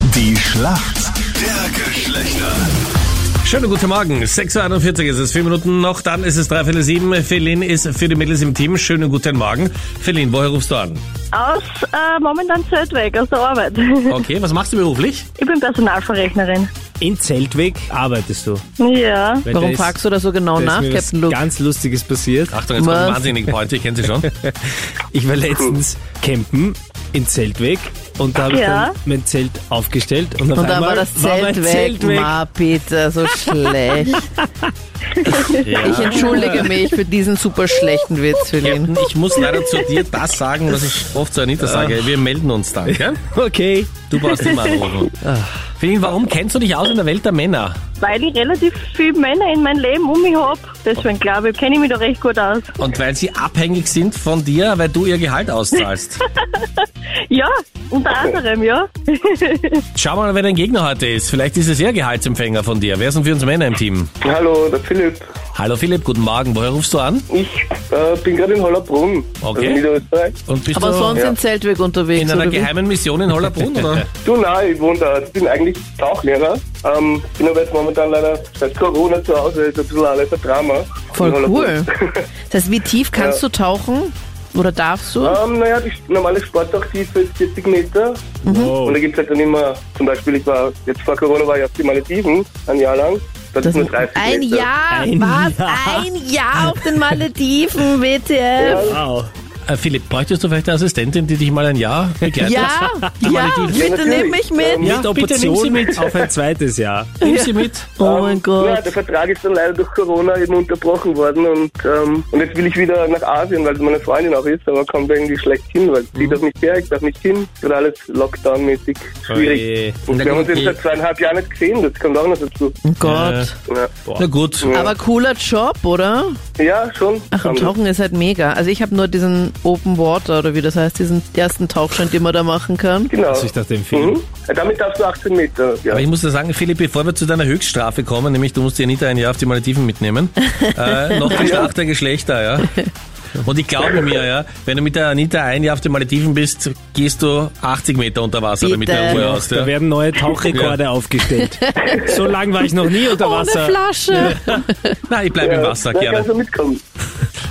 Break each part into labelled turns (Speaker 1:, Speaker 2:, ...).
Speaker 1: Die Schlacht der Geschlechter.
Speaker 2: Schönen guten Morgen. 6.41 Uhr ist es, vier Minuten noch, dann ist es drei Viertel sieben. Feline ist für die Mädels im Team. Schönen guten Morgen. Feline, woher rufst du an?
Speaker 3: Aus äh, momentan Zeltweg, aus der Arbeit.
Speaker 2: Okay, was machst du beruflich?
Speaker 3: Ich bin Personalverrechnerin.
Speaker 4: In Zeltweg arbeitest du.
Speaker 3: Ja.
Speaker 4: Weil da
Speaker 5: Warum
Speaker 4: ist-
Speaker 5: fragst du da so genau
Speaker 4: da ist
Speaker 5: nach,
Speaker 4: mir was
Speaker 5: Captain Luke?
Speaker 4: ganz Lustiges passiert.
Speaker 2: Achtung, jetzt kommt
Speaker 5: Was?
Speaker 2: wahnsinnig Point, ich kenne sie schon.
Speaker 4: Ich war letztens campen in Zeltweg und da habe
Speaker 3: Ja.
Speaker 4: ich dann mein Zelt aufgestellt und, auf
Speaker 5: Und da
Speaker 4: einmal
Speaker 5: war das
Speaker 4: mein
Speaker 5: Zelt weg.
Speaker 4: Zelt weg.
Speaker 5: Ma, bitte, so schlecht. Ich entschuldige mich für diesen super schlechten Witz, Feline.
Speaker 2: Captain, ich muss leider zu dir das sagen, was ich oft zu Anita sage. Wir melden uns dann, gell?
Speaker 4: Okay.
Speaker 2: Du brauchst immer anrufen. Feline, warum kennst du dich aus in der Welt der Männer?
Speaker 3: Weil ich relativ viele Männer in meinem Leben um mich habe. Deswegen glaube ich, kenne ich mich da recht gut aus.
Speaker 2: Und weil sie abhängig sind von dir, weil du ihr Gehalt auszahlst.
Speaker 3: Ja, unter anderem, ja.
Speaker 2: Schau mal, wer dein Gegner heute ist. Vielleicht ist es ihr Gehaltsempfänger von dir. Wer sind für uns Männer im Team?
Speaker 6: Hallo, der Philipp.
Speaker 2: Hallo Philipp, guten Morgen. Woher rufst du an?
Speaker 6: Ich äh, bin gerade in Hollerbrunn,
Speaker 2: Okay.
Speaker 6: also Niederösterreich.
Speaker 2: Und bist
Speaker 5: Aber
Speaker 2: du
Speaker 5: sonst
Speaker 6: ja.
Speaker 5: in Zeltweg unterwegs,
Speaker 2: in einer
Speaker 5: oder wie?
Speaker 2: geheimen Mission in Hollerbrunn, oder?
Speaker 6: Du, nein, ich wohne da. Ich bin eigentlich Tauchlehrer. Ähm, bin aber jetzt momentan leider seit Corona zu Hause. Ist ein bisschen alles ein Drama.
Speaker 5: Voll
Speaker 6: in Hollerbrunn.
Speaker 5: cool. Das heißt, wie tief kannst du tauchen? Oder darfst du?
Speaker 6: ähm, naja, die normale Sporttauchtiefe ist 40 Meter.
Speaker 5: Mhm.
Speaker 4: Oh.
Speaker 6: Und da gibt es halt dann immer, zum Beispiel, ich war jetzt vor Corona war ich auf die Malediven, ein Jahr lang. Da ist nur 30
Speaker 5: ein
Speaker 6: Meter.
Speaker 5: Jahr,
Speaker 4: Ein
Speaker 5: was?
Speaker 4: Jahr.
Speaker 5: Ein Jahr auf den Malediven, bitte.
Speaker 4: Wow.
Speaker 2: Äh, Philipp, bräuchtest du vielleicht eine Assistentin, die dich mal ein Jahr
Speaker 5: Ja,
Speaker 2: begleitet?
Speaker 5: ja, bitte
Speaker 6: natürlich.
Speaker 5: nimm mich mit.
Speaker 6: Ähm,
Speaker 4: Mit
Speaker 2: Ja, bitte nimm sie
Speaker 4: Option
Speaker 2: mit.
Speaker 4: auf ein zweites Jahr.
Speaker 2: Nimm sie mit.
Speaker 5: Oh mein
Speaker 6: Ähm, Ja,
Speaker 5: Gott.
Speaker 6: der Vertrag ist dann leider durch Corona eben unterbrochen worden und, ähm, und jetzt will ich wieder nach Asien, weil es meine Freundin auch ist, aber kommt irgendwie schlecht hin, weil sie darf nicht her, ich darf nicht hin. Gerade alles Lockdown-mäßig schwierig.
Speaker 2: Oje.
Speaker 6: und
Speaker 2: Na
Speaker 6: wir haben
Speaker 2: gut,
Speaker 6: uns jetzt
Speaker 2: eh.
Speaker 6: seit zweieinhalb Jahren nicht gesehen, das kommt auch noch dazu.
Speaker 5: Oh Gott.
Speaker 6: Ja,
Speaker 2: Na gut.
Speaker 5: Aber cooler Job, oder?
Speaker 6: ja schon.
Speaker 5: Ach, und
Speaker 6: Anders.
Speaker 5: Tauchen ist halt mega. Also ich habe nur diesen Open Water oder wie das heißt, diesen ersten Tauchstand, den man da machen kann.
Speaker 6: Genau.
Speaker 4: Also ich dachte im Film.
Speaker 6: mhm. Ja, Damit darfst du 18 Meter. Ja.
Speaker 2: Aber ich muss dir sagen, Philipp, bevor wir zu deiner Höchststrafe kommen, nämlich du musst die Anita ein Jahr auf die Malediven mitnehmen, äh, noch die Schlacht der Geschlechter, ja. Und ich glaube mir, ja, wenn du mit der Anita ein Jahr auf den Malediven bist, gehst du 80 Meter unter Wasser, damit der
Speaker 5: Bitte.
Speaker 2: Ruhe hast.
Speaker 4: Da
Speaker 2: Ja.
Speaker 4: werden neue Tauchrekorde aufgestellt. So lang war ich noch nie unter
Speaker 5: Ohne
Speaker 4: Wasser.
Speaker 5: Flasche.
Speaker 2: Nein, ich bleibe im Wasser,
Speaker 6: da
Speaker 2: gerne.
Speaker 6: kannst du mitkommen.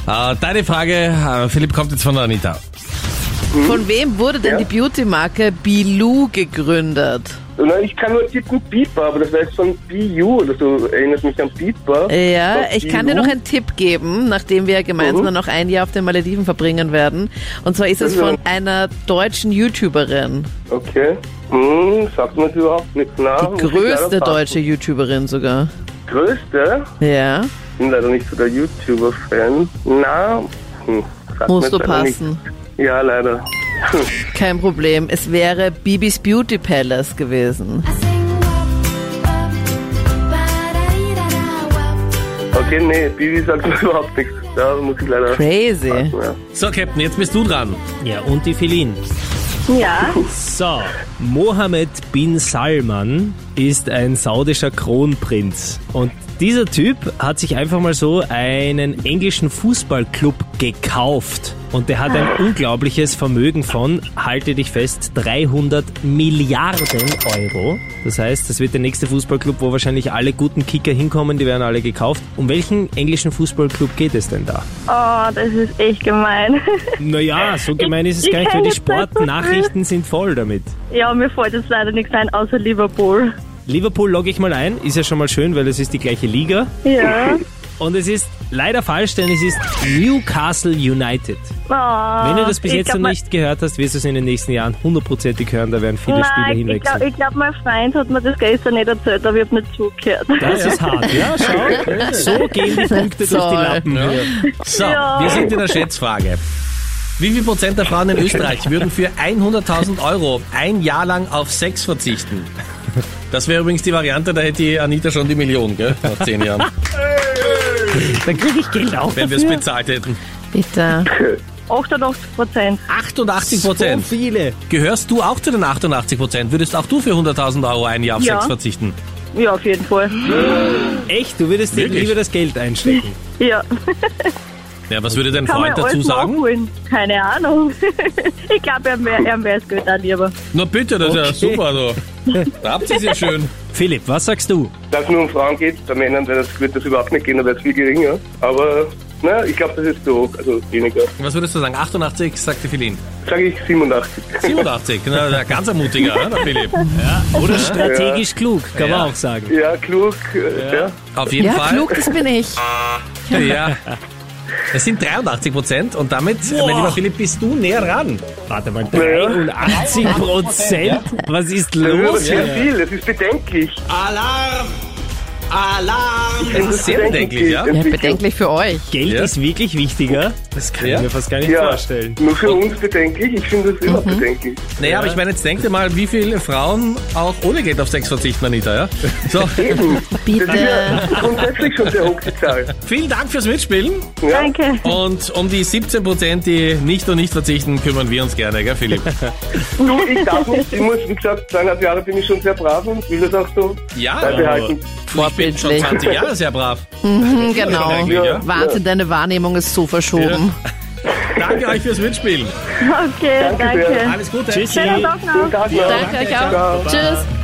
Speaker 2: Äh, deine Frage, äh, Philipp, kommt jetzt von der Anita.
Speaker 5: Von wem wurde denn
Speaker 6: Ja.
Speaker 5: die Beauty-Marke Bilou gegründet?
Speaker 6: Na, ich kann nur tippen Beeper, aber das heißt von BU oder so, erinnert mich an Beeper.
Speaker 5: Ja,
Speaker 6: Von
Speaker 5: ich kann dir
Speaker 6: BU.
Speaker 5: noch einen Tipp geben, nachdem wir gemeinsam dann noch ein Jahr auf den Malediven verbringen werden. Und zwar ist es
Speaker 6: Ja.
Speaker 5: von einer deutschen YouTuberin.
Speaker 6: Okay. Hm, sagt man das überhaupt nichts. Na,
Speaker 5: Die
Speaker 6: muss ich leider
Speaker 5: größte
Speaker 6: passen.
Speaker 5: deutsche YouTuberin sogar.
Speaker 6: Größte?
Speaker 5: Ja,
Speaker 6: Ich bin leider nicht so der YouTuber-Fan. Na, hm, sagt mir
Speaker 5: musst du
Speaker 6: jetzt leider
Speaker 5: passen.
Speaker 6: Nicht. Ja, leider.
Speaker 5: Kein Problem. Es wäre Bibis Beauty Palace gewesen.
Speaker 7: I sing wop, wop, ba-da-dee-da-da, wop.
Speaker 6: Okay, nee, Bibi sagt mir überhaupt nichts. Da muss ich leider
Speaker 5: Crazy.
Speaker 6: passen. Ja.
Speaker 2: So, Captain, jetzt bist du dran.
Speaker 4: Ja, und die Feline.
Speaker 3: Ja,
Speaker 4: So, Mohammed bin Salman ist ein saudischer Kronprinz. Und dieser Typ hat sich einfach mal so einen englischen Fußballclub gekauft. Und der hat ein unglaubliches Vermögen von, halte dich fest, 300 Milliarden Euro. Das heißt, das wird der nächste Fußballclub, wo wahrscheinlich alle guten Kicker hinkommen, die werden alle gekauft. Um welchen englischen Fußballclub geht es denn da?
Speaker 3: oh, das ist echt gemein.
Speaker 4: Naja, so gemein ist es
Speaker 3: Ich
Speaker 4: gar nicht, weil
Speaker 3: kann
Speaker 4: die
Speaker 3: jetzt nicht so viel.
Speaker 4: Sportnachrichten sind voll damit.
Speaker 3: Ja, mir fällt jetzt leider nichts ein, außer Liverpool.
Speaker 4: Liverpool logge ich mal ein, ist ja schon mal schön, weil es ist die gleiche Liga.
Speaker 3: Ja.
Speaker 4: Und es ist leider falsch, denn es ist Newcastle United.
Speaker 3: Oh,
Speaker 4: Wenn du das bis
Speaker 3: ich
Speaker 4: jetzt
Speaker 3: glaub,
Speaker 4: noch
Speaker 3: mein-
Speaker 4: nicht gehört hast, wirst du es in den nächsten Jahren hundertprozentig hören, da werden viele Spieler
Speaker 3: Nein, ich
Speaker 4: hinwechseln.
Speaker 3: glaube, glaub, mein Freund hat mir das gestern nicht erzählt, aber ich habe nicht zugehört.
Speaker 4: das ist hart, ja, schau. So gehen die Punkte durch die
Speaker 5: Toll.
Speaker 4: Lappen.
Speaker 2: Ja. So,
Speaker 3: Ja.
Speaker 2: wir sind in der Schätzfrage. Wie viel Prozent der Frauen in Österreich würden für 100.000 Euro ein Jahr lang auf Sex verzichten? Das wäre übrigens die Variante, da hätte die Anita schon die Million, gell? Nach zehn Jahren,
Speaker 4: Dann kriege ich Geld auf.
Speaker 2: wenn wir es bezahlt hätten.
Speaker 5: Bitte.
Speaker 3: 88 Prozent.
Speaker 2: 88
Speaker 4: So
Speaker 2: Prozent.
Speaker 4: viele.
Speaker 2: Gehörst du auch zu den 88 Prozent? Würdest auch du für 100.000 Euro ein Jahr auf
Speaker 3: Ja.
Speaker 2: Sex verzichten?
Speaker 3: Ja, auf jeden Fall.
Speaker 4: Echt, du würdest dir
Speaker 2: Wirklich?
Speaker 4: lieber das Geld einstecken.
Speaker 3: Ja.
Speaker 2: Ja, was würde dein
Speaker 3: Kann man
Speaker 2: Freund dazu
Speaker 3: alles
Speaker 2: sagen?
Speaker 3: nachholen. Keine Ahnung. ich glaube, er wäre es Geld auch lieber.
Speaker 2: Na bitte, das ist ja
Speaker 4: Okay.
Speaker 2: super. Du. Da habt ihr es ja schön.
Speaker 4: Philipp, was sagst du?
Speaker 6: Dass es nur um Frauen geht, bei Männern wäre das, wird das überhaupt nicht gehen, da wäre es viel geringer. Aber na, ich glaube, das ist zu hoch, also weniger.
Speaker 2: Was würdest du sagen? 88, sagte Philin.
Speaker 6: Sage ich 87.
Speaker 2: 87, na, na, ganz ein mutiger, ne, der Philipp.
Speaker 4: Oder strategisch klug, kann
Speaker 2: Ja.
Speaker 4: man auch sagen.
Speaker 6: ja, klug, äh, ja.
Speaker 2: Auf jeden
Speaker 5: Ja,
Speaker 2: Fall.
Speaker 5: klug, das bin ich.
Speaker 2: Ja. Es sind 83 Prozent und damit, äh,
Speaker 4: Äh,
Speaker 2: mein lieber Philipp, bist du näher ran.
Speaker 4: Warte mal, 83 Prozent? Was ist
Speaker 6: Das
Speaker 4: los?
Speaker 6: ist sehr viel, das ist bedenklich.
Speaker 2: Es ist Also sehr bedenklich, ja?
Speaker 5: Ja, bedenklich für euch.
Speaker 4: Geld
Speaker 2: Ja.
Speaker 4: ist wirklich wichtiger? Das kann
Speaker 2: Ja.
Speaker 4: ich mir fast gar nicht
Speaker 6: Ja,
Speaker 4: vorstellen.
Speaker 6: nur für uns bedenklich, ich finde das
Speaker 5: Mhm.
Speaker 6: immer bedenklich.
Speaker 2: Naja, aber ich meine, jetzt denk dir mal, wie viele Frauen auch ohne Geld auf Sex verzichten, Anita, ja? So,
Speaker 6: Eben, das ist
Speaker 5: Bitte.
Speaker 6: ja grundsätzlich schon sehr hoch die Zahl.
Speaker 2: vielen Dank fürs Mitspielen
Speaker 6: Ja.
Speaker 3: Danke.
Speaker 2: und um die 17 Prozent, die nicht und nicht verzichten, kümmern wir uns gerne, gell, Philipp?
Speaker 6: Du, ich darf nicht, ich muss, wie gesagt, zweieinhalb Jahre bin ich schon sehr brav und will das auch so
Speaker 2: Ja,
Speaker 6: beibehalten.
Speaker 2: ich bin schon
Speaker 5: Vorbildlich.
Speaker 2: 20 Jahre sehr brav.
Speaker 5: Hm, genau.
Speaker 2: Bedenklich, ja.
Speaker 5: Wahnsinn, deine Wahrnehmung ist so verschoben.
Speaker 2: Danke euch fürs Mitspielen.
Speaker 3: Okay,
Speaker 6: Danke sehr.
Speaker 3: danke.
Speaker 2: Alles Gute.
Speaker 4: Tschüssi.
Speaker 3: Schönen Tag noch.
Speaker 6: Guten Tag noch.
Speaker 5: Danke euch auch. Tschüss.